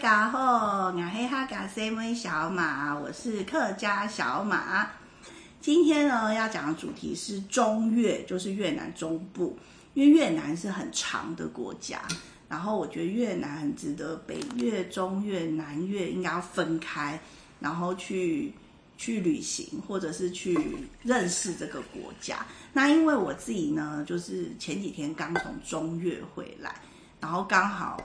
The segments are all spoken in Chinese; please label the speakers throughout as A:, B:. A: 家伙，我黑哈嘎塞妹小马，我是客家小马。今天呢，要讲的主题是中越，就是越南中部，因为越南是很长的国家，然后我觉得越南很值得北越、中越、南越应该要分开，然后去去旅行，或者是去认识这个国家。那因为我自己呢，就是前几天刚从中越回来，然后刚好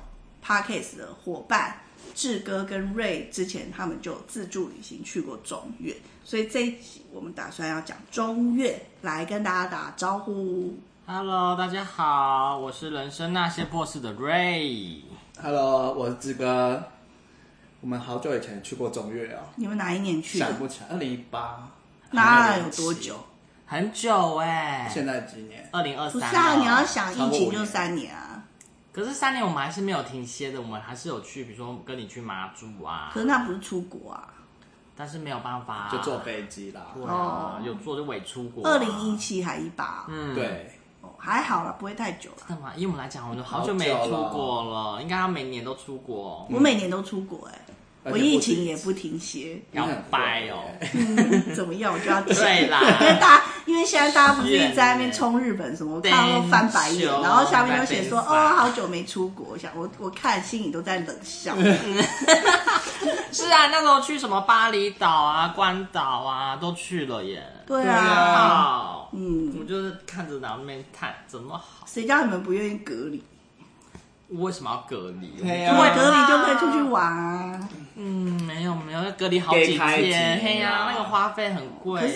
A: Parkes 的伙伴志哥跟瑞之前他们就有自助旅行去过中越，所以这一集我们打算要讲中越，来跟大家打招呼。
B: Hello，大家好，我是人生那些破事的 Ray。
C: Hello，我是志哥。我们好久以前去过中越哦，
A: 你们哪一年去
C: 想
A: 的？
C: 不起来，二零一八，
A: 那有多久？
B: 很久哎、
C: 现在几年？
B: 二零二
A: 不
B: 三。
A: 是啊，你要想疫情
C: 超过五
A: 就
C: 年
A: 三年啊，
B: 可是三年我们还是没有停歇的，我们还是有去，比如说跟你去马祖啊
A: 可，是那不是出国啊。
B: 但是没有办法、
C: 就坐。飞机啦。
B: 对啊，有做就伪出国、
A: 哦
B: 啊
A: 二零一。七还一八、啊
B: 嗯，。
C: 对，
A: 哦，还好了，不会太久了。
B: 干嘛？以我们来讲，我们好久没
C: 好
B: 出
C: 久了
B: 国了，应该他每年都出国，
A: 我每年都出国哎、
C: 嗯而且不
A: 我疫情也不停歇。
B: 要掰哦。
A: 嗯， 怎么样？我就要
B: 对啦
A: 因为大家，因为现在大家不是一直在那边冲日本什么，我看到都翻白眼，然后下面都写说
B: 白白
A: 哦，好久没出国，我想我我看心里都在冷 笑。啊
B: 是啊，那时候去什么巴厘岛啊、关岛啊，都去了耶。
A: 对
C: 对啊
A: 啊，
B: 好，
A: 嗯，
B: 我就是看着然后那边看怎么好，
A: 谁叫你们不愿意隔离？
B: 为什么要隔离？
C: 对
A: 因
C: 啊
A: 为隔离就可以出去玩啊。
B: 嗯，没有没有，要隔离好几
C: 给开机
B: 天，嘿呀、
C: 啊
B: 那个花费很贵
A: 可是。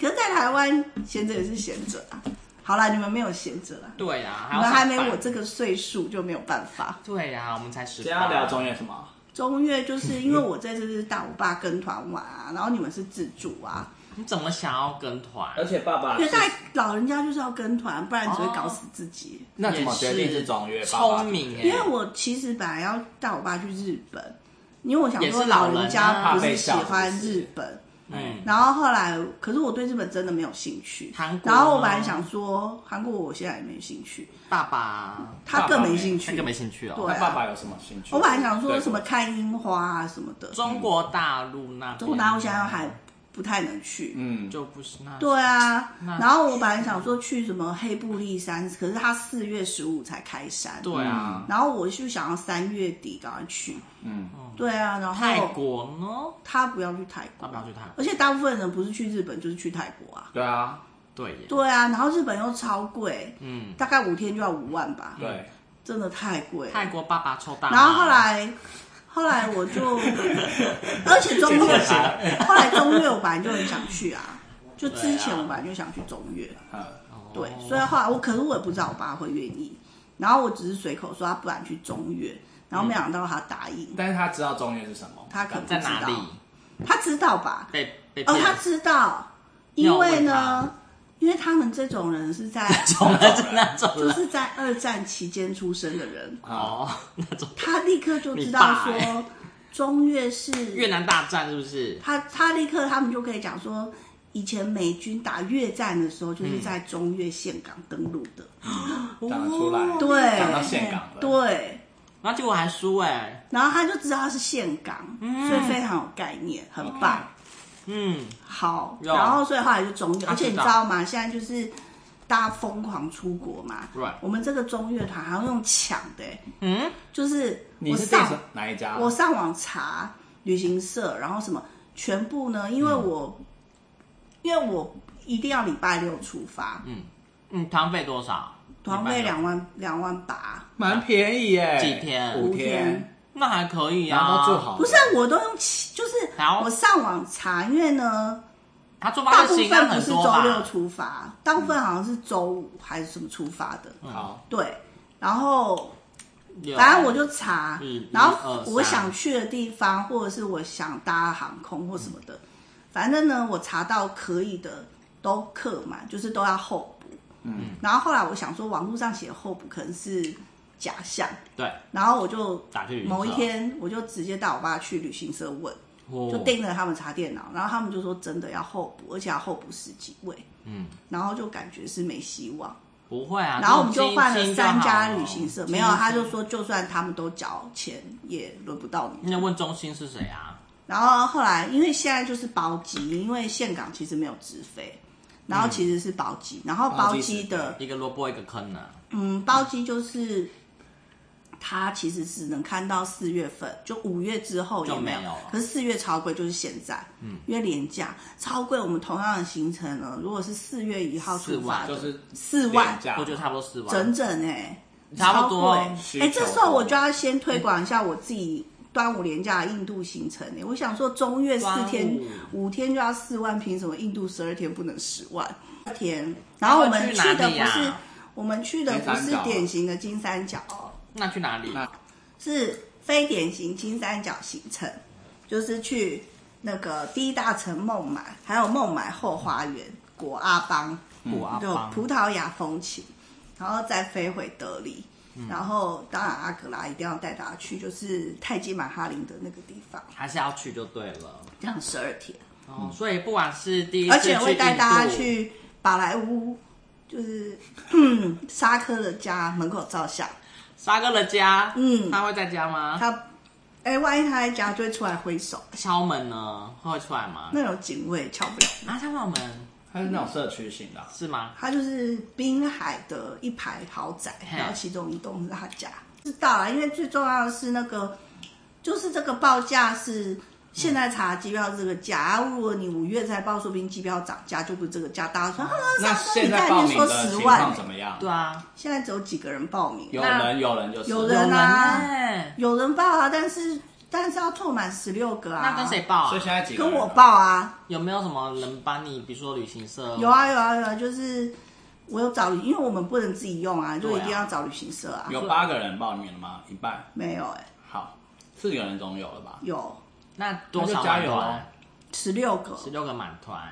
A: 可是，在台湾闲着也是闲着啊。好啦，你们没有闲着啦，
B: 对呀、
A: 你
B: 还要
A: 们还没
B: 上班
A: 我这。个岁数就没有办法。
B: 对呀、我们才十。
C: 今天要聊中越什么？
A: 中越就是因为我这次是带我爸跟团玩啊，然后你们是自助啊，
B: 你怎么想要跟团？
C: 而且爸爸
A: 因为在老人家就是要跟团，不然只会搞死自己。
B: 嗯
C: 那怎么决定是中越？
B: 也是
C: 爸爸
B: 聪明
A: 因
B: 耶
A: 为我其实本来要带我爸去日本，因为我想
B: 也
A: 说
B: 是老
A: 人
B: 人啊
A: 家不
C: 怕
A: 是
C: 被
A: 喜
C: 笑
A: 欢
C: 是不是
A: 日本，
B: 嗯，
A: 然后后来可是我对日本真的没有兴趣。
B: 韩国
A: 然后我
B: 呢
A: 本来想说韩国我现在也没兴趣，
B: 爸爸
A: 他
C: 爸
A: 更
C: 爸
A: 没
C: 没
A: 兴
B: 他
A: 趣
B: 更。没兴趣哦。
A: 对啊
C: 那爸爸有什么兴趣？
A: 我本来想说
C: 对
A: 什么看樱花啊什么的，
B: 中国大陆那边，
A: 中国大陆现在还不太能去。
C: 嗯，
B: 就不是那。
A: 对啊，
B: 那
A: 然后我本来想说去什么黑布利山，可是它四月十五才开山。
B: 对啊，
A: 然后我就想要三月底赶快去。
C: 嗯，
A: 对啊，然后
B: 哦泰国呢？
A: 他不要去泰国，
B: 他不要去泰国
A: 而且大部分人不是去日本就是去泰国啊。
C: 对啊，
B: 对耶。
A: 对啊，然后日本又超贵，
B: 嗯，
A: 大概五天就要五万吧，
C: 对，
A: 真的太贵。
B: 泰国爸爸抽大麻。
A: 然后后来，后来我 就，而且中越， 后来中越我本来就很想去啊，就之前我本来就想去中越，
B: 啊
C: 嗯，
A: 对，所以后来我可是我也不知道我爸会愿意，然后我只是随口说他不然去中越，然后没想到他答应，
C: 但是他知道中越是什么，
A: 他可能
B: 在哪里
A: 不知道他知道吧？
B: 被被
A: 哦，
B: 骗
A: 他知道，因为呢，因为他们这种人是在
B: 懂了，是那种
A: 就
B: 人
A: 是在二战期间出生的人，
B: 哦，那种
A: 他立刻就知
B: 你
A: 道
B: 爸
A: 说中越是
B: 越南大战是不是？
A: 他他立刻他们就可以讲说。以前美军打越战的时候，就是在中越岘港登陆的，
C: 讲得出来，
A: 对，
C: 讲到岘港了，
A: 对，
B: 然后结果还输哎，
A: 然后他就知道他是岘港，所以非常有概念，很棒。
B: 嗯，
A: 好，
B: 要
A: 然后所以后来就中越，
B: 他
A: 而且你
B: 知
A: 知
B: 道
A: 道吗？现在就是大家疯狂出国嘛
B: Right
A: 我们这个中乐团还要用抢的、欸
B: 嗯，
A: 就是
C: 你
A: 我
C: 是订
A: 上
C: 什哪一
B: 啊
C: 家？
A: 我上网查旅行社，然后什么全部呢？因为
B: 嗯
A: 我、因为我一定要礼拜六出发，
B: 嗯你团费多少？
A: 团费
B: 一般
A: 两万两万八，
C: 蛮便宜耶，
B: 几天
C: 五
A: 五天
C: 天，
B: 有那还可以
C: 然
B: 啊，
C: 后都住好了，
A: 不是啊我都用七，就是
B: 好
A: 我上网查，因为呢。
B: 他坐
A: 大
B: 巴
A: 部
B: 士应该
A: 分不
B: 很
A: 是
B: 多
A: 周六
B: 吧？嗯
A: 出发，大部分好像是周五还是什么出发的。
C: 好，
A: 对，然后
B: 有
A: 反正我就查
B: 一，
A: 然
B: 一
A: 后
B: 二三
A: 我想去的地方，或者是我想搭航空或什么的，反正呢，我查到可以的都客满，就是都要候补。嗯，然后后来我想说，网络上写候补可能是假象，
B: 对，
A: 然后我就
B: 打去旅行社
A: 某一天我就直接带我爸去旅行社问，就
B: 就
A: 订了他们查电脑，然后他们就说真的要候补，而且要候补十几位，
B: 嗯，
A: 然后就感觉是没希望。
B: 不会啊，
A: 然后我们
B: 这种
A: 就换
B: 基
A: 了
B: 金
A: 三
B: 好
A: 家
B: 了
A: 旅行社，没有，啊他就说就算他们都缴钱，也轮不到你。
B: 那问中心是谁啊？
A: 然后后来，因为现在就是包机，因为岘港其实没有直飞，然后其实是包机，然后嗯包机的，
B: 一个萝卜一个坑呢、啊。
A: 嗯，包机就是它其实只能看到四月份，就五月之后也没有。
B: 就没有了
A: 可是四月超贵，就是现在，嗯，因为廉价超贵。我们同样的行程呢，如果是四月一号出发的，
B: 4万
D: 就是
A: 四万
D: 廉价
B: 我觉得差不多四万，
A: 啊整整哎、欸，
B: 差不多
A: 超
D: 需
A: 贵
D: 求
A: 哎、这时候我就要先推广一下我自己端午廉价的印度行程哎、我想说中越四天
B: 端午
A: 五天就要四万，凭什么印度十二天不能十万？天，然后我们去的
B: 那会
A: 不
B: 去哪
A: 是、
B: 里啊
A: 我们去的不
D: 金
A: 是
D: 三角啊
A: 典型的金三角哦，
B: 那去哪里？
D: 那
A: 是非典型金三角行程，就是去那个第一大城孟买，还有孟买后花园、果阿邦。
B: 古阿
A: 就
B: 邦。
A: 葡萄牙风情，然后再飞回德里，
B: 嗯
A: 然后当然阿格拉一定要带大家去，就是泰姬玛哈林的那个地方，
B: 还是要去就对了。
A: 这样十二天，
D: 嗯
B: 哦，所以不管是第一次
A: 而
B: 去
A: 且会带
B: 印
A: 大家
B: 度，
A: 去宝莱坞，就是 嗯沙科的家门口照相，
B: 沙哥的家，
A: 嗯
B: 他会在家吗？
A: 他。哎，万一他在家就会出来挥手，
B: 敲门呢？会出来吗？
A: 那种警卫敲不了。
B: 啊，敲不了门
D: 它是那种社区型的啊、
B: 是吗？
A: 他就是滨海的一排豪宅，
B: 嘿
A: 然后其中一栋是他家。知道了，因为最重要的是那个，就是这个报价是现在查机票这个价，啊如果你五月才报，说不定机票涨价就不是这个价。大家说啊，
D: 那
A: 上次
D: 现
A: 你
D: 在
A: 在
D: 报
A: 那边
D: 名
A: 说
D: 的
A: 十
D: 情
A: 万
D: 况，怎么样？
B: 对啊，
A: 现在只有几个人报名，
D: 有
B: 那
D: 人有人就是
A: 有
B: 有
A: 人
B: 人
A: 啊
B: 欸
A: 有人报啊，但是但是要凑满十六个啊。
B: 那跟谁？报
D: 所以
B: 啊？
D: 现在几个
A: 跟
D: 人
A: 我报啊，
B: 有没有什么人帮你？比如说旅行社？
A: 有啊有啊有啊，就是我有找旅，因为我们不能自己用啊，就一定要找旅行社啊。
D: 有八个人报名了吗？一半，
A: 没有哎、
D: 好，四个人总有了吧？
A: 有
B: 那多
D: 那
B: 少
D: 就加
B: 满
D: 油啊
B: 团？
A: 十六个，
B: 十六个满团，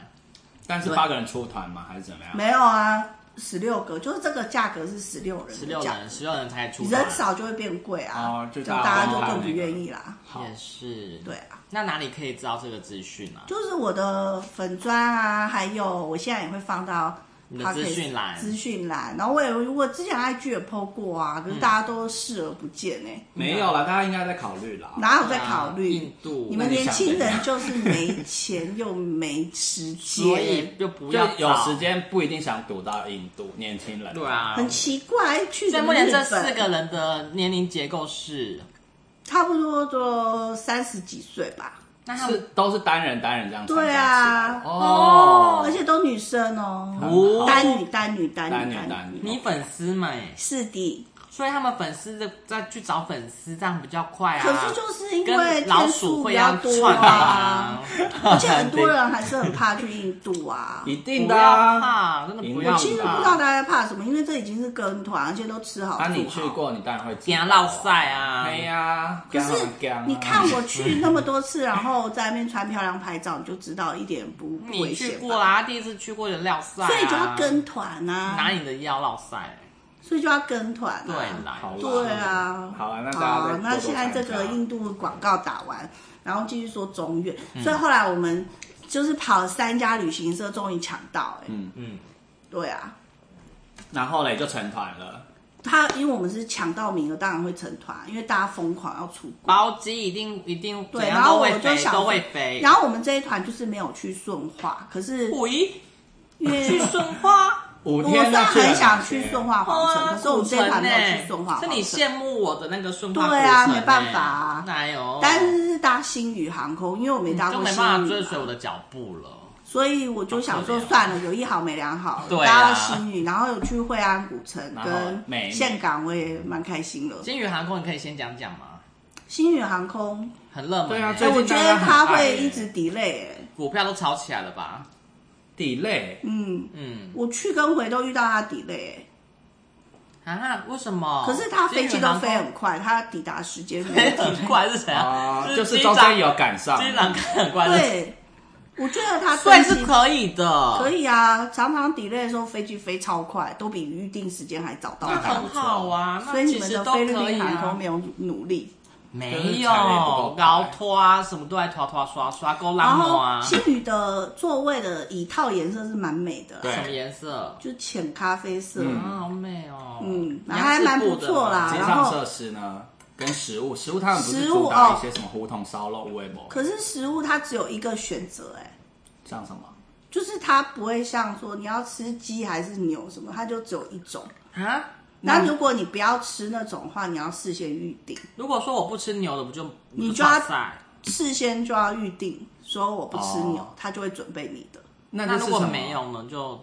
D: 但是
B: 对
D: 八个人出团吗？还是怎么样？
A: 没有啊，十六个，就是这个价格是十六人
B: 十
A: 的
B: 六
A: 价，
B: 人，十六人才出团
A: 人，少就会变贵啊，
D: 哦就
A: 这样
D: 大
A: 大
D: 家
A: 家
D: 分
A: 就
D: 摊
A: 更不
D: 那个
A: 愿意啦。
D: 好
B: 也是。
A: 对啊，
B: 那哪里可以知道这个资讯啊？
A: 就是我的粉砖啊，还有我现在也会放到
B: 你的资
A: Podcast
B: 讯栏
A: 资讯栏，然后我也我之前 IG 也 PO 过啊，
B: 嗯
A: 可是大家都视而不见呢、欸
D: 没有啦，大家应该在考虑啦。
A: 哪有在考虑？
B: 哦啊印度
A: 你们
D: 那你
A: 年
D: 想
A: 轻
D: 怎
A: 人
D: 样
A: 就是没钱又没时间，
B: 所以就不
D: 就
B: 要
D: 有
B: 找
D: 时。间不一定想读到印度，年轻人
B: 对，啊，
A: 很奇怪，去
B: 所
A: 什
B: 以
A: 么
B: 目前
A: 日
B: 这四个
A: 本
B: 人的年龄结构是，
A: 差不多都三十几岁吧，
B: 那他
D: 是
B: 们
D: 都是单人单人这样参加
A: 对啊
D: 起来哦
A: 而，且都女生哦，
D: 哦
A: 单女单女单
D: 单
A: 女
D: 女单女，
B: 你粉丝们欸耶，
A: 是的，
B: 所以他们粉丝的再去找粉丝，这样比较快啊。
A: 可是就是因为
B: 跟老
A: 天
B: 鼠
A: 数
B: 会
A: 比
B: 一样
A: 较多
B: 窜
A: 啊
B: 啊，，
A: 而且很多人啊还是很怕去印度啊。
D: 一定
B: 不
D: 的
B: 要
D: 啊。
B: 怕，真的不要
D: 我
A: 其实不知道
B: 怕。
A: 大家怕什么，因为这已经是跟团，而且都吃好
D: 啊，
A: 住
D: 你去
A: 好。
D: 过，你当然会知
B: 给
D: 道
B: 他落赛啊，
D: 哎呀，
A: 可是
D: 啊
A: 你看我去那么多次，然后在那边穿漂亮拍照，你就知道一点不不危
B: 你去
A: 险
B: 过
A: 吧。
B: 啦，第一次去过就落赛啊，
A: 所以就要跟团
B: 拿
A: 啊，
B: 你的腰落赛，
A: 所以就要跟团啊。
B: 对啦，
D: 好啦
A: 对啊，
D: 好啦那大家
A: 好
D: 再多多
A: 那现在这个
D: 参加
A: 印度广告打完，然后继续说中越，
D: 嗯
A: 所以后来我们就是跑三家旅行社，终于抢到、哎、
D: 嗯
B: 嗯，
A: 对啊，
D: 然后嘞就成团了，
A: 他因为我们是抢到名额，当然会成团，因为大家疯狂要出国。
B: 包机一定一定
A: 对
B: 怎
A: 然
B: 样
A: 后
B: 都
A: 我
B: 会
A: 就
B: 飞，
A: 想
B: 都会
D: 哎
B: 飞。
A: 然后我们这一团就是没有去顺化，可是
B: 喂，
A: 因为
B: 去顺 化，
D: 五
A: 我是
D: 天那去了
A: 很想
D: 哪
A: 去
D: 天
A: 顺化皇城，
B: 哇
A: 可是我们这一团没有去顺化
B: 是
A: 皇
B: 你
A: 城。
B: 羡慕我的那个顺化
A: 对啊
B: 古城
A: 没办
B: 欸
A: 法啊
B: 哪有？
A: 但是是搭星宇航空，因为我没搭
B: 嗯就
A: 过
B: 没
A: 星宇
B: 办
A: 嘛
B: 法，追随我的脚步了。
A: 所以我就想说
B: 好可怜啊
A: 算了，有一好没两好，
B: 对
A: 搭
B: 啊
A: 了新宇，然后有去惠安古城
D: 然后
A: 跟
D: 美
A: 岘港，我也蛮开心的。
B: 金宇航空，你可以先讲讲吗？
A: 新宇航空，
B: 很热门、欸，
D: 对啊
A: 哎
D: 最近
A: 我觉
D: 大家
A: 得
D: 很
A: 它
D: 爱
A: 会
D: 耶
A: 一直 delay，哎
B: 股票都炒起来了吧？
D: 地累，
A: 嗯，
B: 嗯
A: 我去跟回都遇到它 delay，哎
B: 啊，为什么？
A: 可是它飞机都飞
B: 金宇航
A: 很快，它抵达时间
B: 空
A: 没
B: 飞
A: 有
B: 很快是怎样？
D: 啊，
A: 嗯
D: 就是
B: 机
D: 中
B: 长
D: 间有赶上，
B: 机长开很快，，
A: 对，我觉得它
B: 所以
A: 飞
B: 是
A: 机
B: 可以的，
A: 可以啊，常常 delay 的时候飞机飞超快，都比预定时间还早到
B: 那
A: 达。
B: 很好啊。
A: 所
B: 那
A: 以你
B: 其
A: 们
B: 实
A: 的
B: 都
A: 菲律
B: 可
A: 宾
B: 以
A: 航空
B: 啊。
A: 没有努力，
B: 没
D: 就是
B: 有
D: 踩得也不够快
B: 搞拖啊，什么都在拖拖刷刷，够
A: 然
B: 浪漫
A: 后
B: 啊。
A: 青旅的座位的椅套颜色是蛮美的啦，
D: 对
B: 什么颜色？
A: 就浅咖啡色。
B: 啊，好美哦。
A: 嗯
B: 杨
A: 还
B: 氏
A: 蛮
B: 布
A: 不
B: 的
A: 错啦
D: 街上设施呢，跟食物，食物他们不是
A: 食物
D: 主打一些什么胡同烧肉、微博，
A: 可是食物它只有一个选择，哎，
D: 像什么？
A: 就是它不会像说你要吃鸡还是牛什么，它就只有一种。
B: 啊。
A: 那如果你不要吃那种的话，你要事先预定，
B: 如果说我不吃牛的，不就
A: 你
B: 不
A: 就要
B: 算赛
A: 事先就要预定，说我不吃
D: 哦
A: 牛，他就会准备你的，
D: 那
B: 那
D: 这
B: 如
D: 是
B: 果
D: 什么
B: 没？有呢，就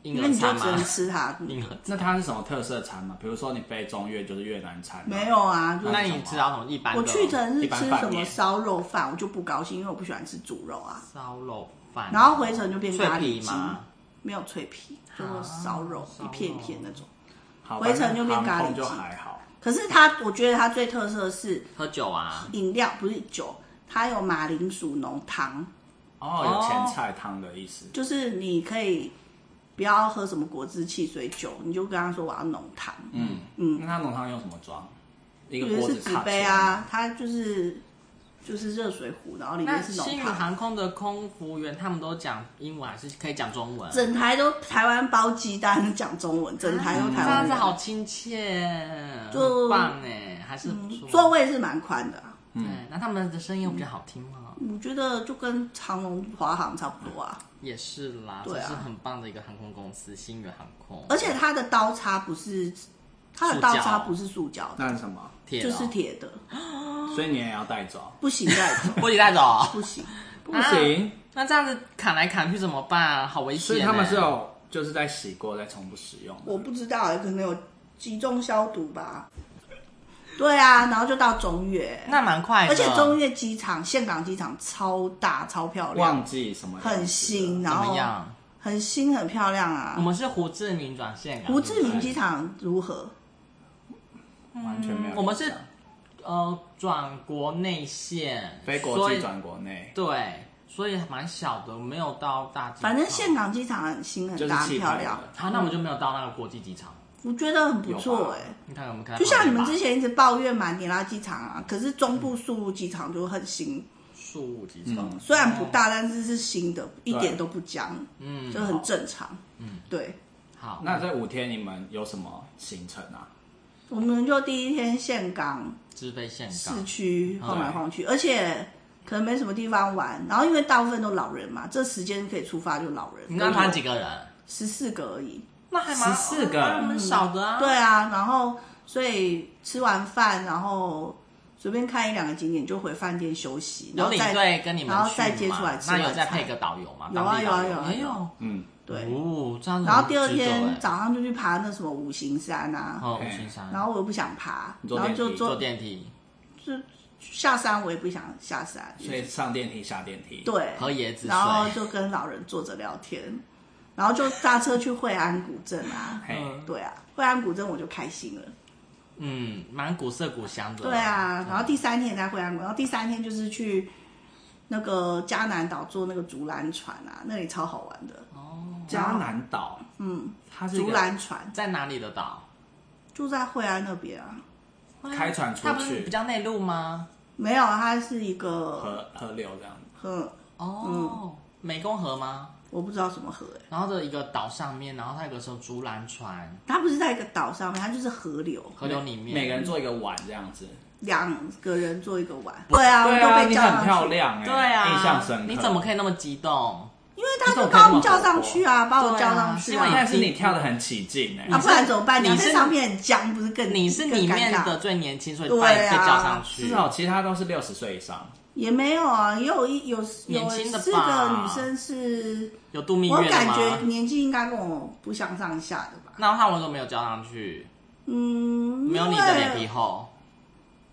B: 婴
A: 因为
B: 儿
A: 你就
B: 餐
A: 只
B: 嘛。
A: 能吃它。
B: 婴儿餐
D: 那它是什么特色餐嘛？比如说你背中越就是越南餐，
A: 没。有啊，就是
B: 那你知道什么一般的？
A: 我去的是
D: 一
A: 吃
D: 般
A: 什
D: 饭
A: 么
D: 店
A: 烧肉饭，我就不高兴，因为我不喜欢吃猪肉啊，
B: 烧肉饭，
A: 然后回程就变
B: 脆
A: 咖喱
B: 皮
A: 鸡
B: 嘛。
A: 没有脆皮，
D: 啊
A: 就是烧肉
B: 烧
A: 一
B: 肉
A: 片一片那种。
D: 好，
A: 回程就变咖喱鸡
D: 航空就还好。
A: 可是它，我觉得它最特色是
B: 喝酒啊，
A: 饮料，不是酒，它有马铃薯浓汤，
D: 哦，有前菜汤的意思。
A: 就是你可以不要喝什么果汁、汽水、酒，你就跟他说我要浓汤，
D: 嗯嗯，那它浓汤用什么装？一
A: 有
D: 个
A: 的
D: 锅
A: 是
D: 子
A: 纸
D: 插
A: 杯
D: 出来
A: 啊，它就是就是热水壶，然后里
B: 那
A: 面是
B: 新
A: 浓
B: 宇
A: 汤。
B: 航空的空服员他们都讲英文，还是可以讲中文？
A: 整台都台湾包鸡蛋，讲中文，整台都
B: 这
A: 台湾
B: 样子
D: 嗯
A: 人。
B: 好亲切，
A: 就嗯
B: 很棒哎，还是不
D: 嗯
B: 错。
A: 座位是蛮宽的啊、
B: 对，那他们的声音又比较好听嘛，
A: 我觉得就跟长龙、华航差不多啊。
B: 也是啦，
A: 对
B: 这
A: 啊
B: 是很棒的一个航空公司，新宇航空，
A: 而且它的刀叉不是，它的
B: 塑
A: 刀
B: 胶
A: 叉不是塑胶的，
D: 那是什么？
B: 铁
A: 就
B: 的
A: 是铁的，哦
D: 所以你也要带走？
A: 不行带走，
B: 不许带走，
A: 不行。
D: 不
B: 啊
D: 行，
B: 那这样子砍来砍去怎么办？好危险欸！
D: 所以他们是有就是在洗过再重复使用的。
A: 我不知道，可能有集中消毒吧。对啊，然后就到中越，
B: 那蛮快的，
A: 而且中越机场、岘港机场超大、超漂亮，
D: 忘记什么样子了
A: 很新，啊然
B: 怎么
A: 后
B: 样？
A: 很新、很漂亮
B: 我
A: 啊。
B: 们是胡志明转线啊，
A: 胡志明机场如何？
D: 完全没有印象。
B: 嗯我们是呃转国内线，
D: 非国
B: 所
D: 际
B: 以
D: 转国内，
B: 对，所以蛮小的，没有到大机场。
A: 反正岘港机场很新、
D: 就
A: 很
D: 是
A: 大、
D: 气
A: 漂
D: 派
A: 亮，
D: 的。
B: 好，那我们就没有到那个国际机场。
A: 我觉得很不
D: 有
A: 错
D: 吧
A: 哎、
B: 你看我们看，
A: 就像你们之
B: 些
A: 前一直抱怨马尼拉机场啊，可是中
B: 嗯
A: 部宿务机场就很新，
B: 树木机场，
D: 嗯
A: 虽然不大，但是是新的，一点都不僵，
B: 哦嗯，
A: 就很正常。嗯，对，
B: 好。
D: 那这五天你们有什么行程啊？
A: 我们就第一天岘港
B: 直飞岘
A: 市
B: 港，嗯
A: 区晃来晃去，而且可能没什么地方玩。然后因为大部分都老人嘛，这时间可以出发就老人。
B: 你那团几个人？
A: 十四个而已。
B: 那还蛮
D: 14个
B: 那蛮少的啊。
A: 对，啊，然后所以吃完饭，然后随便看一两个景点就回饭店休息，然
B: 有
A: 后
B: 领
A: 再
B: 队跟你们去
A: 然
B: 嘛，
A: 后再接出来吃
B: 那
A: 晚餐。
B: 有再配个导游吗？
A: 有啊
B: 当地导游
A: 有啊有啊
B: 也有。
D: 嗯，
A: 对。
B: 哦，这样子很值得欸。
A: 然后第二天早上就去爬那什么五行山啊，
B: 哦，五
D: 哎
B: 行山，
A: 然后我又不想爬，
D: 你坐
A: 然后
D: 电梯
A: 就
B: 坐
A: 坐
B: 电梯
A: 就下山，我也不想下山，
D: 所以上电梯下电梯。，
A: 对，
B: 喝椰子水，
A: 然后就跟老人坐着聊天，然后就搭车去惠安古镇 啊，
D: 嘿，
B: 嗯
A: 对啊，惠安古镇我就开心了，
B: 嗯，蛮古色古香的。
A: 对啊，然后第三天也在惠安古，然后第三天就是去那个嘉南岛坐那个竹篮船啊，那里超好玩的，
D: 嘉南岛，
A: 嗯，
D: 它是一
A: 竹
D: 个
A: 篮船
B: 在哪里的岛？
A: 就在惠安那边啊，
D: 开船出
B: 它不是
D: 去
B: 比较内陆吗？
A: 没有，啊它是一个
D: 河河流这样子。
A: 很
B: 哦，湄公河吗？
A: 我不知道什么河欸
B: 然后的一个岛上面，然后它有个时候竹篮船，
A: 它不是在一个岛上面，它就是河流，
B: 河流里面，
D: 每个人做一个碗这样子。
A: 两个人坐一个碗。对啊，我
D: 对
A: 就
D: 啊，
A: 被
D: 你
A: 叫
D: 很
A: 上
D: 漂
A: 去，
D: 亮哎，
B: 对啊，
D: 印象深刻。
B: 你怎么可以那么激动？
A: 因为他就
D: 你怎么可
A: 把
D: 以那
A: 我
D: 么
A: 们叫上去啊，把我
B: 对啊
A: 叫上去
B: 希望
A: 啊
D: 但，是你跳的很起劲哎
A: 啊，，不然怎么办？
B: 你
A: 你
B: 是
A: 在上面很僵，不是更
B: 你是里面
A: 更尴
B: 的
A: 尬
B: 最年轻，所以
A: 对啊啊
B: 把你被叫上去。
D: 是哦，其他都是六十岁以上。
A: 也没有啊，也有一有有
B: 年轻的吧
A: 四个女生是，
B: 有度蜜
A: 我
B: 月的
A: 感
B: 吗？
A: 觉年纪应该跟我不相上下的吧。
B: 那他们都没有叫上去，
A: 嗯，
B: 没有你的脸皮，厚，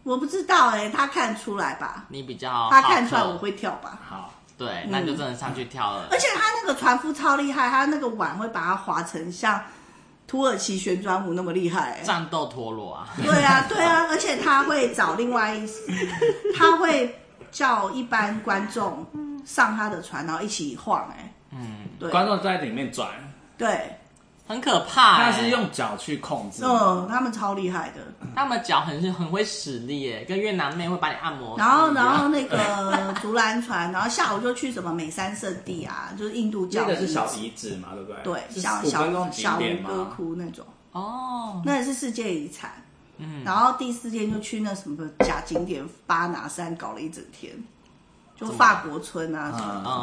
A: 我不知道哎、他看出来吧？
B: 你比较好
A: 他看出来
B: 客
A: 我会跳吧？
D: 好，
B: 对，那你就真的上去跳了。
A: 而且他那个船夫超厉害，他那个碗会把它划成像土耳其旋转舞那么厉害、欸。
B: 战斗陀螺啊，
A: 对啊，对啊，而且他会找另外一，他会叫一般观众上他的船，然后一起晃、欸。哎，
B: 嗯，
A: 对
D: 观众在里面转，
A: 对，
B: 很可怕、欸。
D: 它是用脚去控制。
A: 嗯，他们超厉害的。
B: 他们脚很很会使力耶，跟越南妹会把你按摩。
A: 然后，然后那个 竹篮船，然后下午就去什么美山圣地啊，就是印度教
D: 那
A: 的
D: 个
A: 遗址。
D: 是小遗址嘛，对不对？
A: 对，
D: 是
A: 小
D: 五分
A: 小
D: 钟
A: 小
D: 景点
A: 吴
D: 嘛
A: 哥窟那种，
B: 哦，
A: 那也是世界遗产。嗯，然后第四天就去那什么假景点巴拿山搞了一整天，就法国村啊什么的。
D: 嗯，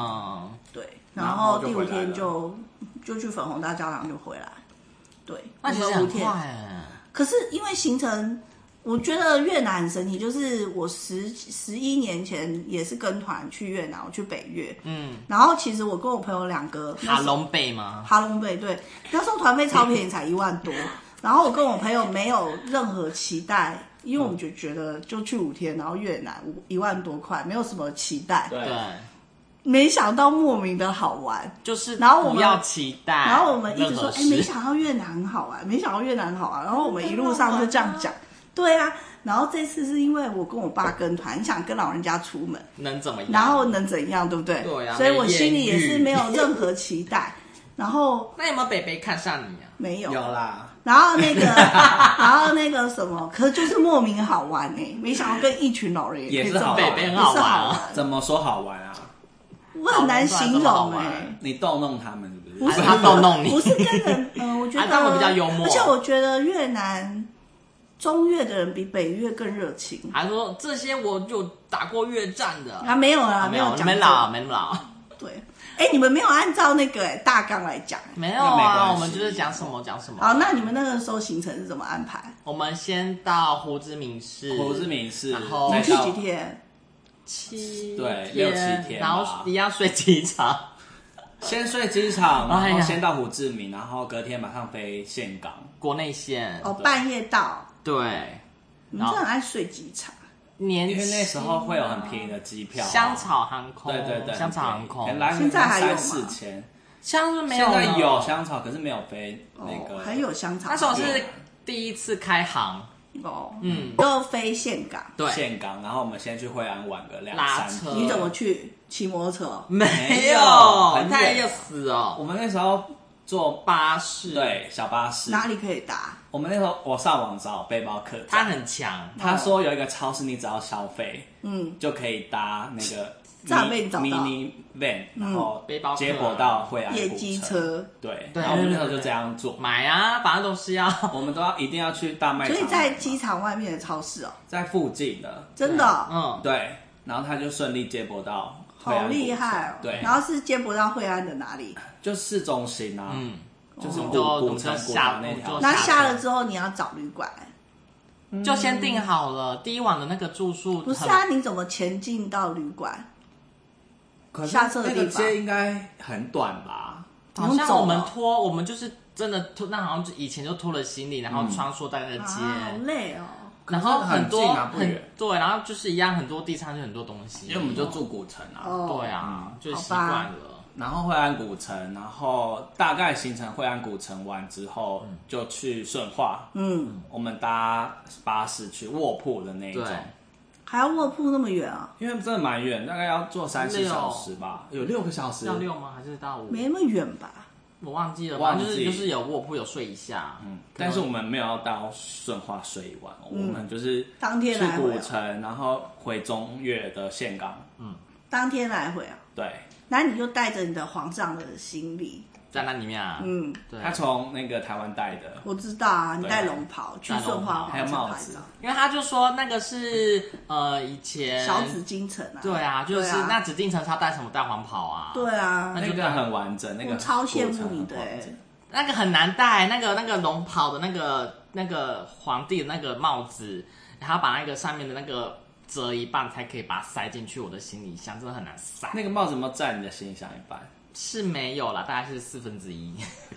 B: 嗯，
A: 对，
D: 然
A: 然
D: 后
A: 后
D: 就
A: 第五
D: 回来
A: 天
D: 了
A: 就就去粉红大教堂就回来。对，
B: 那其
A: 我
B: 实
A: 们五
B: 很
A: 天
B: 快。哎。
A: 可是因为行程，我觉得越南很神奇，就是我十十一年前也是跟团去越南，我去北越，嗯，然后其实我跟我朋友两个那
B: 卡
A: 时候
B: 龙贝吗？
A: 哈龙贝对，那时候团费超便宜，才一万多，然后我跟我朋友没有任何期待。因为我们就觉得就去五天，然后越南五一万多块，没有什么期待，
D: 对
B: 对，
A: 没想到莫名的好玩。
B: 就是
A: 然后我们
B: 不要期待，
A: 然后我们一直说，
B: 任何
A: 哎、
B: 事
A: 没想到越南很好玩，没想到越南很好玩。然后我们一路上就这样讲，对啊。然后这次是因为我跟我爸跟团，你想跟老人家出门，
B: 能怎么样？
A: 然后能怎样，对不对？
B: 对啊
A: 所以我心里也是
B: 没艳遇
A: 没有任何期待，然后
B: 那有没有北北看上你啊？
A: 没有，
C: 有啦，
A: 然后那个， 然后那个什么，可是就是莫名好玩哎、没想到跟一群老人也可以
D: 也
A: 这
D: 是
A: 么
D: 好
B: 北
D: 玩
B: 北很
A: 也
B: 好
A: 是
B: 玩
A: 好
B: 啊，
A: 玩，
D: 怎么说好玩啊？
A: 我很难形容哎、
D: 你逗弄他们是不是？
A: 不是
B: 他逗弄你
A: 不是跟人，嗯、我觉
B: 啊但
A: 得
B: 我比较幽默
A: 而且我觉得越南中越的人比北越更热情
B: 还说这些我有打过越战的，
A: 啊，没有啦，
B: 没
A: 有
B: 有，
A: 讲
B: 没
A: 过
B: 老，没那么老，
A: 对，哎、你们没有按照那个、哎大纲来讲、
B: 没有
D: 那没
B: 啊，
D: 关系
B: 我们就是讲什么讲什么。
A: 好，那你们那个时候行程是怎么安排？
B: 我们先到胡志明市，
D: 胡志明市，
B: 然后
A: 你
D: 再
A: 去
D: 到
A: 几天？
B: 七
D: 对
B: 天
D: 六七天
B: 然
D: 吧
B: 后一样睡机场，
D: 先睡机场，
B: 哎呀
D: 然后先到胡志明，然后隔天马上飞岘港。
B: 国内线，
A: 哦，半夜到，
B: 对，
A: 你们真的很爱睡机场，
B: 年
D: 因为那时候会有很便宜
B: 宜
D: 的机票啊、
B: 香草航空，
D: 对对对，
B: 香草航
D: 原
B: 空，
D: 来
A: 现在还有吗
D: 三四千，
B: 香是没有
D: 现
B: 了，
D: 在有香草，可是没有飞那
A: 哦
D: 个，，
A: 还有香肠，
B: 那时候是第一次开航，
A: 哦，
B: 嗯，
A: 就飞岘港，
B: 对，
D: 岘港，然后我们先去惠安玩个两
B: 拉
D: 三
B: 车
D: 天。
A: 你怎么去？骑摩托车哦？
B: 没有
D: 没有，
B: 太热死哦，
D: 我们那时候坐
B: 巴士，，
D: 对小巴士，
A: 哪里可以搭？
D: 我们那时候我上网找背包客栈，
B: 他很强，
D: 他说有一个超市，你只要消费
A: 嗯，
D: 就可以搭那个
A: 诈骗找到
D: mini van，然后
B: 背包客啊
D: 接驳到惠安古
A: 夜
D: 城
A: 机。车。
D: 对，
B: 对
D: 然后我们那时候就这样做，
B: 买啊，反正都是要，
D: 我们都要一定要去大卖
A: 所
D: 场，
A: 以在机场外面的超市哦，
D: 在附近的，
A: 真的哦、
B: 嗯，
D: 对，然后他就顺利接驳到惠安
A: 好
D: 古城，
A: 厉害哦！
D: 对，
A: 然后是接驳到惠安的哪里？
D: 就市中心啊，
B: 嗯，
D: 就是
B: 我们
D: 古
B: 就我
D: 古
B: 们就
D: 城古
B: 下
A: 哦
D: 城
B: 我
D: 那条
B: 们就
D: 路，
A: 那
B: 下
A: 下了之后你要找旅馆，
B: 就先订好了第一晚的那个住宿，
A: 不是
D: 嗯
A: 啊？你怎么前进到旅馆？
D: 可是
A: 下车的
D: 那个
A: 地方
D: 街应该很短吧？
B: 很，好像我们拖，我们就是真的拖，那好像就以前就拖了行李，
D: 嗯
B: 然后穿梭在那个
A: 啊，
B: 街。
A: 好累哦。
B: 然后多
D: 可是很近啊不
B: 很
D: 远
B: 对，然后就是一样很多地上就很多东西，
D: 因为我们就住古城啊，
A: 哦
B: 对啊，就是习
A: 好吧
B: 惯了，
D: 然后惠安古城，然后大概行程惠安古城完之后，就去顺化，
A: 嗯，
D: 我们搭巴士去卧铺的那一种
B: 对，
A: 还要卧铺那么远啊、
D: 因为真的蛮远，大概要坐三四小时吧，有六个小时
B: 到，六吗？还是到五？
A: 没那么远吧？
B: 我忘记了，
D: 忘
B: 反正
D: 记
B: 就是就是有卧铺有睡一下，
D: 嗯但是我们没有到顺化睡一晚，我们就是
A: 嗯当天
D: 去
A: 来回
D: 古
A: 哦、
D: 城，然后回中越的岘港，
A: 当天来回啊、
D: 对，
A: 然后你就带着你的皇上的行李，
B: 在那里面啊，
A: 嗯，
B: 对，
D: 他从那个台湾带的，
A: 我知道啊，你
D: 对啊
A: 带龙袍去
B: 带龙
A: 顺化
B: 袍
A: 皇
D: 还有
A: 城
D: 帽
A: 拍
D: 子
A: 照，
B: 因为他就说那个是呃以前
A: 小紫禁城啊，
B: 对啊，就是、
A: 对啊
B: 那指定城他带什么带黄袍啊，，
A: 对啊，
B: 那
D: 那
B: 就
D: 个很完整，那
A: 我
D: 个
A: 超羡慕你的
D: 古城很完整
A: 欸
B: 那个很难带，那个那个龙袍的那个那个皇帝的那个帽子，然后把那个上面的那个折一半才可以把它塞进去我的行李箱，真的很难塞，
D: 那个帽子有没有占你的行李箱一半？
B: 是没有啦，大概是四分之一，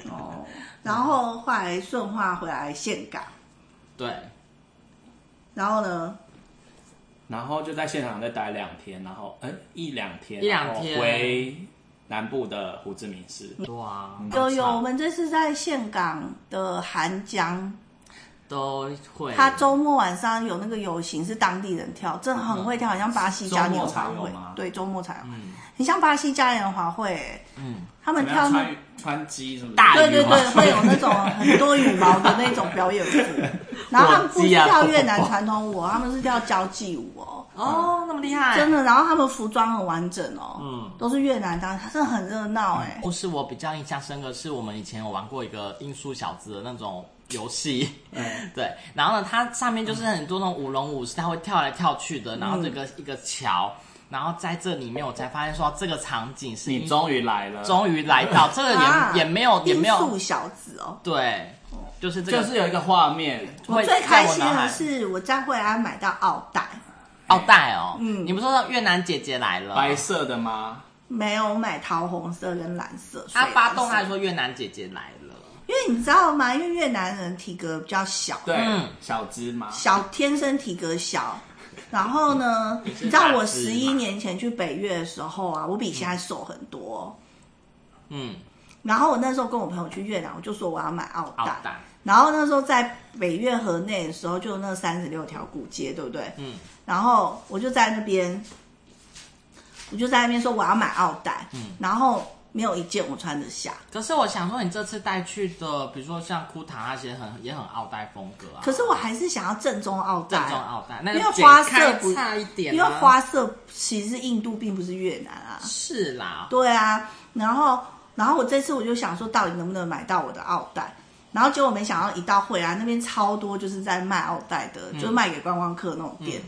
A: 哦，然后后来顺化回来岘港，
B: 对，
A: 然后呢，
D: 然后就在现场再待两天，然后哎、一两天，
B: 一两
D: 然后
B: 天
D: 回南部的胡志明市。
B: 对啊，
A: 有有，我们这次在岘港的寒江，
B: 都会。
A: 他周末晚上有那个游行是当地人跳，真的很会跳，很像巴西嘉年华
D: 周末才
A: 会
D: 有吗。嗯
A: 对，周末才有，很像巴西嘉年华会、
B: 嗯，
A: 他们
D: 怎
A: 跳
D: 么样
A: 那
D: 穿穿鸡什么的
B: 大嗯
A: 对对
B: 羽毛
A: 对，会有那种很多羽毛的那种表演 服，然后他们不是
B: 火鸡啊
A: 跳越南传统舞哦，他们是跳交际舞哦，
B: 哦，那么厉害，
A: 真的。然后他们服装很完整哦，
B: 嗯
A: 都是越南当，真的很热闹哎。
B: 故事我比较印象深刻，是我们以前有玩过一个音速小子的那种游戏，
D: 嗯
B: 对，然后呢，它上面就是很多那种舞龙舞狮，它会跳来跳去的，然后
D: 嗯
B: 这个、一个桥，然后在这里面我才发现说这个场景是
D: 你终于来了，
B: 终于来到，这个也、
A: 啊
B: 也没有也没
A: 音速
B: 有
A: 小子哦。
B: 对，就是这个
D: 就是有一个画面，
A: 我
B: 会
A: 最
B: 在
A: 开
B: 我
A: 心
B: 脑
A: 的
B: 海
A: 是我在惠安买到奥黛，
B: 奥黛哦，
A: 嗯
B: 你不是说越南姐姐来了，
D: 白色的吗？
A: 没有买桃红色跟蓝色。
B: 他
A: 水蓝色
B: 发动还说越南姐姐来了，
A: 因为你知道吗？因为越南人体格比较小，
D: 对
B: 嗯，
D: 小芝麻，
A: 小天生体格 小。然后呢，你
B: 是
A: 知道
B: 大
A: 我
B: 只
A: 十一
B: 嘛
A: 年前去北越的时候啊，我比现在瘦很多哦、
B: 嗯，
A: 然后我那时候跟我朋友去越南，我就说我要买奥黛。
B: 奥黛，
A: 然后那时候在北越河内的时候，就有那三十六条古街，对不对？
B: 嗯。
A: 然后我就在那边，我就在那边说我要买奥黛，嗯，然后没有一件我穿得下。
B: 可是我想说，你这次带去的，比如说像库塔那些很也很奥黛风格啊。
A: 可是我还是想要正宗奥黛
B: 正
A: 啊，
B: 宗奥黛，那
A: 因为
B: 个
A: 花
B: 剪开
A: 色不
B: 差一点、啊，
A: 因为花色其实是印度并不是越南啊。
B: 是啦，
A: 对啊，然后然后我这次我就想说，到底能不能买到我的奥黛？然后结果没想到一到惠安那边超多，就是在卖奥黛的，
B: 嗯
A: 就是卖给观光客那种店。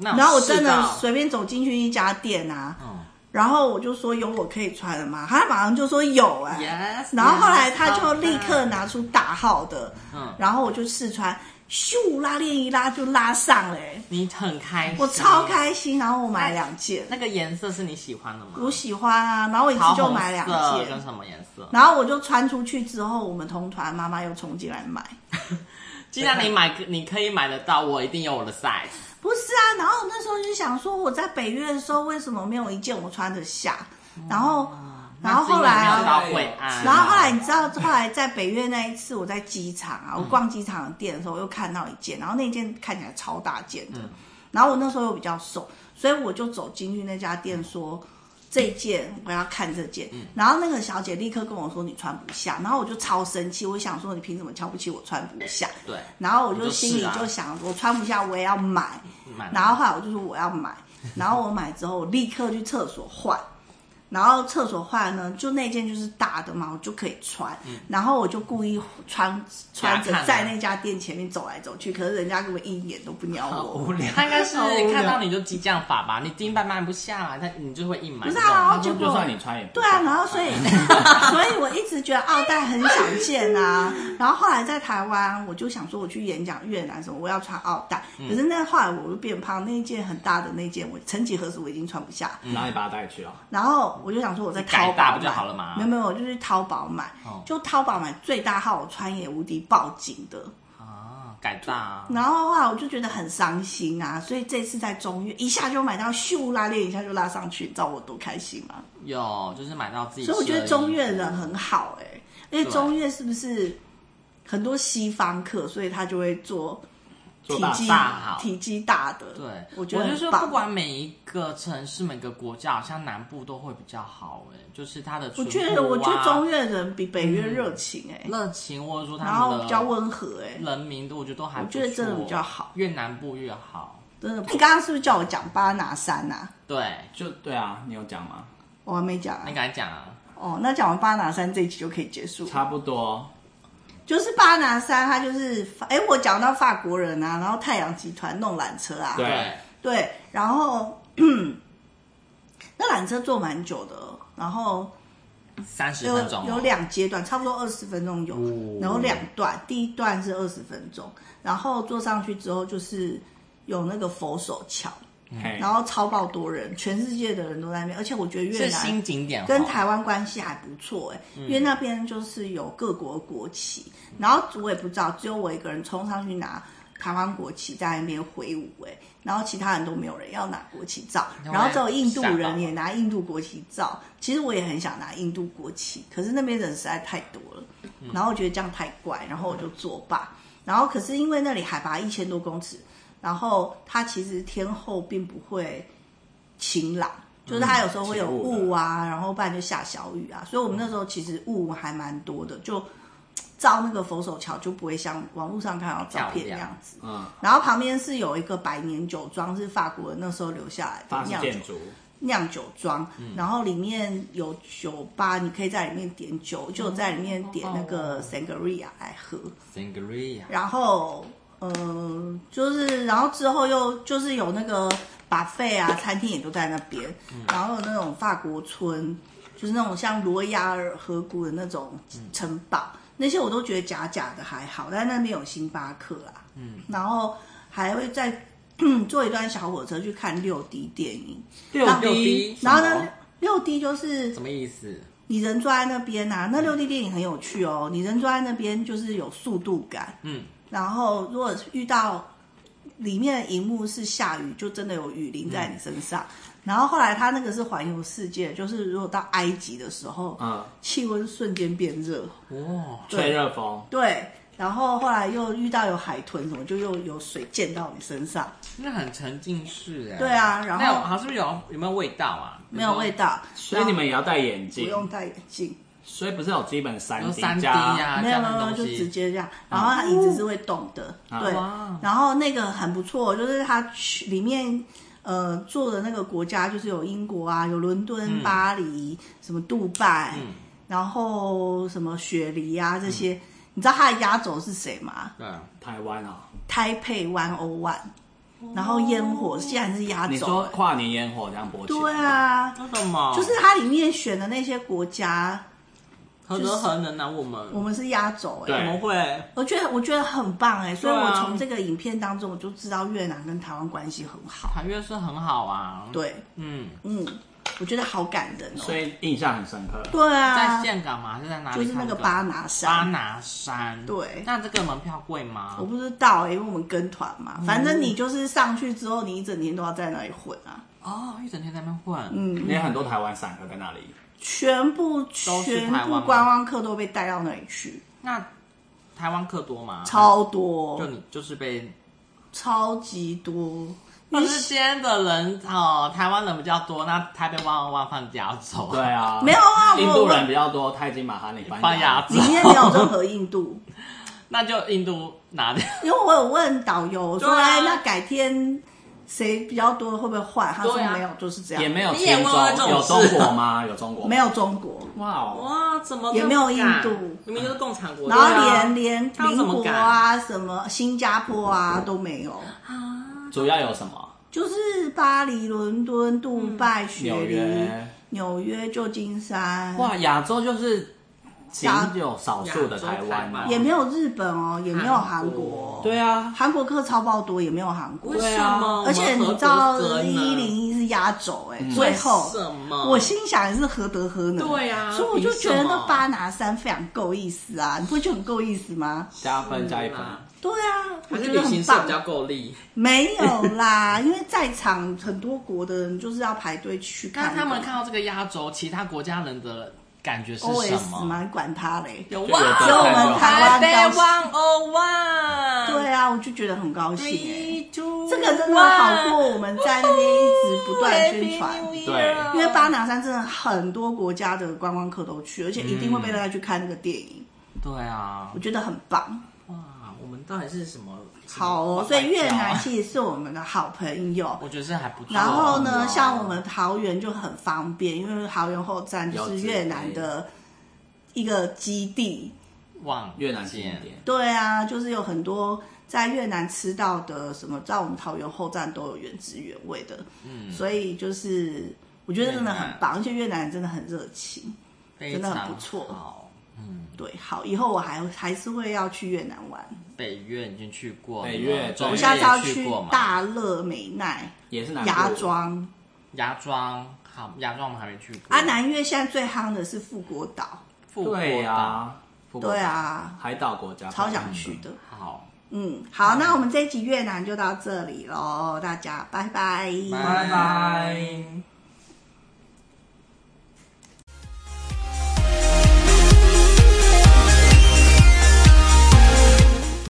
B: 那
A: 然后我真的
B: 是
A: 随便走进去一家店啊，
B: 嗯
A: 然后我就说有我可以穿的吗？他马上就说有哎、
B: ，yes，
A: 然后后来
B: yes，
A: 他就
B: 奥黛
A: 立刻拿出大号的，
B: 嗯
A: 然后我就试穿，咻拉链一拉就拉上了欸、
B: 你很开心，
A: 我超。开心，然后我买两件，
B: 那个颜色是你喜欢的吗？
A: 我喜欢啊，然后我一次
B: 桃
A: 就
B: 红
A: 买两
B: 色跟
A: 件，
B: 什么颜色？
A: 然后我就穿出去之后，我们同团妈妈又冲进来买，
B: 既然你买，你可以买得到，我一定有我的 size。
A: 不是啊，然后那时候就想说我在北越的时候为什么没有一件我穿得下，然后然后后来
B: 那是
A: 啊
B: 因为。你没有到惠安，
A: 然后后来你知道，后来在北越那一次，我在机场啊，
B: 嗯
A: 我逛机场的店的时候，我又看到一件，然后那件看起来超大件
B: 嗯
A: 的，然后我那时候又比较瘦，所以我就走进去那家店说。这一件我要看这件，
B: 嗯
A: 然后那个小姐立刻跟我说你穿不下，然后我就超生气，我想说你凭什么瞧不起我穿不下？
B: 对，
A: 然后我就心里
B: 你就是啊
A: 就想我穿不下我也要买，
B: 买
A: 然后后来我就说我要 买，然后我买之后我立刻去厕所换，然后厕所换呢，就那件就是大的嘛，我就可以穿，然后我就故意穿穿着
B: 嗯给他看啊
A: 在那家店前面走来走去，可是人家根本一眼都不鸟
B: 好
A: 我。
B: 无聊。他应 该是看到你就激将法吧，你第一半卖不下来，他你就会硬买。
A: 不是啊，然后
D: 他
A: 结
D: 说就
A: 果
D: 算你穿也不
A: 对啊，
D: 像
A: 然后 所以所以我一直觉得奥黛很少见啊。然后后来在台湾，我就想说我去演讲越南什么，我要穿奥黛。
B: 嗯
A: 可是那后来我就变胖，那一件很大的那件，我曾几何时我已经穿不下。
D: 然后你把它带去哦，
B: 嗯
A: 然后我就想说我在
B: 改
A: 淘
B: 大
A: 宝
B: 不就
A: 买
B: 好了吗
A: 没有没有，我就去淘宝买，
B: 哦
A: 就淘宝买最大号，我穿也无敌爆紧的。
B: 啊，改大啊，
A: 然后啊，我就觉得很伤心啊，所以这次在中越一下就买到秀拉链，一下就拉上去，你知道我多开心吗？
B: 有就是买到自己。
A: 所以我觉得中越人很好哎、因为
B: 对
A: 中越是不是很多西方客，所以他就会做体
D: 做大
A: 积
B: 大号
A: 体积大的。
B: 对，
A: 我
B: 我
A: 觉得
B: 就
A: 很
B: 说
A: 棒
B: 不管每一个城市、每个国家，好像南部都会比较好哎，就是它的
A: 我
B: 淳朴啊。
A: 觉得我觉得中越人比北越热情哎、
B: 嗯热情，或者说
A: 然
B: 他
A: 后
B: 们的
A: 比较温和哎、
B: 人民的，我觉得都还
A: 我
B: 不错。
A: 觉得真的比较好，
B: 越南部越好。
A: 真的，你刚刚是不是叫我讲巴拿山啊？
B: 对，
D: 就对啊，你有讲吗？
A: 我还没讲啊
B: 你。敢讲啊？
A: 哦，那讲完巴拿山这一集就可以结束了。
D: 差不多，
A: 就是巴拿山，它就是法，哎，我讲到法国人啊，然后太阳集团弄缆车啊，
D: 对
B: 对，
A: 对然后 那缆车坐蛮久的，哦然后
B: 三十
A: 有
B: 分钟哦
A: 有两阶段，差不多二十分钟有，
B: 哦
A: 然后两段，第一段是二十分钟，然后坐上去之后就是有那个佛手桥，
B: 嗯
D: 嘿
A: 然后超爆多人，全世界的人都在那边，而且我觉得越
B: 是
A: 南
B: 新景点哦，
A: 跟台湾关系还不错哎、因为那边就是有各国国旗，然后我也不知道，只有我一个人冲上去拿台湾国旗在那边挥舞哎、然后其他人都没有人要拿国旗照，
B: 那我
A: 然后只有印度
B: 吓到
A: 人
B: 了
A: 也拿印度国旗照。其实我也很想拿印度嗯国旗，可是那边人实在太多了，然后我觉得这样太怪，然后我就作罢。然后可是因为那里海拔一千多公尺，然后它其实天候并不会晴朗，就是它有时候会有
D: 起雾的
A: 雾啊，然后不然就下小雨啊，所以我们那时候其实雾还蛮多的，就照那个佛手桥就不会像网络上看到照片那
B: 漂亮
A: 样子。
D: 嗯，
A: 然后旁边是有一个百年酒庄，是法国人那时候留下来
D: 法
A: 的
D: 式
A: 酿酒
D: 建筑，
A: 酿酒庄，然后里面有酒吧，你可以在里面点酒，就在里面点那个 sangria 来喝。
B: Sangria，
A: 然后，呃，就是然后之后又就是有那个 buffet 啊，餐厅也都在那边，
B: 嗯
A: 然后有那种法国村，就是那种像罗亚尔河谷的那种
B: 嗯
A: 城堡，那些我都觉得假假的还好，但那边有星巴克啦，嗯，然后还会再 坐一段小火车去看六 D 电影，
B: 六
A: 然后
B: D，
A: 然后
B: 什
A: 呢
B: 么？
A: 六 D 就是
B: 什么意思？
A: 你人坐在那边啊，那六 D 电影很有趣哦。你人坐在那边就是有速度感，
B: 嗯，
A: 然后如果遇到里面的荧幕是下雨，就真的有雨淋在你身上。然后后来他那个是环游世界，就是如果到埃及的时候，
D: 嗯，
A: 气温瞬间变热，
B: 哇，
D: 吹热风，
A: 对。然后后来又遇到有海豚什么，就又有水溅到你身上，
B: 那很沉浸式哎。
A: 对啊然后
B: 那有好是不是有有没有味道啊？
A: 没有味道，
D: 嗯所以你们也要戴眼
A: 不
D: 镜，
A: 用戴眼镜。
D: 所以不是有基本三
B: 有
D: D
B: 三 D
D: 加
B: 啊，
A: 没
B: 这
A: 有
B: 样
A: 没有，没有
B: 的
A: 就
B: 东
A: 直
B: 西。啊
A: 接这样。然后它椅子是会动的，
D: 啊
A: 对
B: 哇。
A: 然后那个很不错，就是它去里面呃做的那个国家就是有英国啊，有伦敦、巴黎、什么杜拜，
B: 嗯
A: 然后什么雪梨啊这些。你知道它的压轴是谁吗？
B: 对啊，
D: 台湾啊，
A: 台北 One O One，然后烟火竟然是压
D: 你
A: 轴
D: 说。
B: 哦
D: 跨年烟火这样播起来，
A: 啊对，啊，
B: 那什么？
A: 就是它里面选的那些国家，
B: 何德何能啊？我们
A: 我们是压轴哎、
D: 对
B: 怎么会？
A: 我觉得我觉得很棒哎、所以
D: 对
A: 我
D: 啊
A: 从这个影片当中我就知道越南跟台湾关系很好。
B: 台越是很好啊。，
A: 对，
B: 嗯，
A: 嗯，我觉得好感人哦、
D: 所以印象很深刻。
A: 对
B: 在
A: 啊，
B: 岘港吗？还是在哪里
A: 就
B: 看的？
A: 是那个巴拿
B: 巴
A: 山，
B: 拿山。
A: 对
B: 那这个门票贵吗
A: 我？不知道哎、因为我们跟团
D: 嗯
A: 嘛，反正你就是上去之后，你一整天都要在那里混啊，
B: 哦，一整天在那边混。
A: 嗯，
D: 你有很多台湾散客在那里，
A: 全部
B: 都是
A: 全
B: 台湾
A: 部
B: 吗
A: 观光客都被带到那里去，
B: 那台湾客多吗？
A: 超
B: 就
A: 多，
B: 你就是被
A: 超级多。
B: 那是西安的人哦，台湾人比较多，那台北湾湾放假走。
D: 对，啊，
A: 哦没有啊我
D: 印度人比较多，泰姬玛哈里
B: 放牙
A: 里面没有任何印度，
B: 那就印度拿掉。
A: 因为我有问导游，我说
B: 对啊
A: 哎、那改天谁比较多会不会换？他说
B: 对啊
A: 没有，就是这样，
D: 也没有
B: 你
D: 新
B: 也问过这
D: 中，
B: 种
D: 有
B: 事
D: 中国吗？ 有中国？
A: 没有中国，
D: 哇哦，
B: 哇，怎么
A: 也没有印度
B: 明明就是共产国家，
A: 然后连连
B: 他怎
A: 邻
B: 么
A: 国啊、什么新加坡啊都没有，
D: 主要有什么？
A: 就是巴黎、伦敦、杜拜、雪
D: 纽
A: 梨、
D: 约。
A: 纽约、旧金山，
D: 哇，亚洲就是仅有少数的台湾
B: 亚
D: 啊
B: 洲台湾
A: 也没有日本哦，也没有韩
B: 韩
A: 国
B: 国，
D: 对啊，
A: 韩国客超爆多，也没有韩国啊
B: 为，什么？
A: 而且你知道一零一是压轴哎，最后。
B: 什么？
A: 我心想也是何德何能，
B: 对啊
A: 所以我就觉得
B: 凭什
A: 那
B: 么
A: 巴拿山非常够意思啊，你不觉得很够意思吗？
D: 加分加一分。
A: 对啊，我
B: 还
A: 觉
B: 是旅
A: 得
B: 行
A: 很
B: 社
A: 棒
B: 比。较够力，
A: 没有啦， 因为在场很多国的人就是要排队去看
B: 那
A: 的。
B: 他们看到这个压轴，其他国家人的感觉是什
A: OS
B: 么？
A: 嘛，你管他嘞。
B: 有
D: 就有
B: 哇，
D: 只有我们台
A: 湾
B: 台湾哦哇，
A: 对啊，我就觉得很高兴哎、
B: Three, two,
A: 这个真的好过我们在那边一直不断
B: one,
A: 宣传
B: Happy。New Year
D: 对
A: 因为巴拿山真的很多国家的观光客都去，而且一定
B: 嗯
A: 会被大家去看那个电影，
B: 对啊
A: 我，觉得很棒。
B: 哇，我们到底是什么？
A: 好哦，所以越南其实是我们的好朋友。
B: 我觉得是还不错。
A: 然后
D: 好
A: 呢，
D: 哦
A: 像我们桃园就很方便，因为桃园后站就是越南的一个基地，
B: 往
D: 越南景点，
A: 对啊，就是有很多在越南吃到的什么，在我们桃园后站都有原汁原味的，嗯，所以就是我觉得真的很棒，而且越南人真的很热情，
B: 非
A: 真的
B: 常
A: 很不错
B: 好
A: 对，好，以后我还还是会要去越南玩，
B: 北越已经去过了，
D: 北越
B: 中
D: 对
A: 我
B: 越
A: 下次要
B: 哎也去
A: 去
B: 过嘛
A: 大乐、美奈、
D: 也是南部
A: 芽庄、
B: 芽庄，好，芽庄我们还没去过。
A: 啊，南越现在最夯的是富国岛，
B: 富国岛
D: 对呀，富国岛
A: 对啊，
D: 海岛国家
A: 超想去的。
B: 好，
A: 嗯，好，那我们这一集越南就到这里喽，大家拜拜，
D: 拜拜。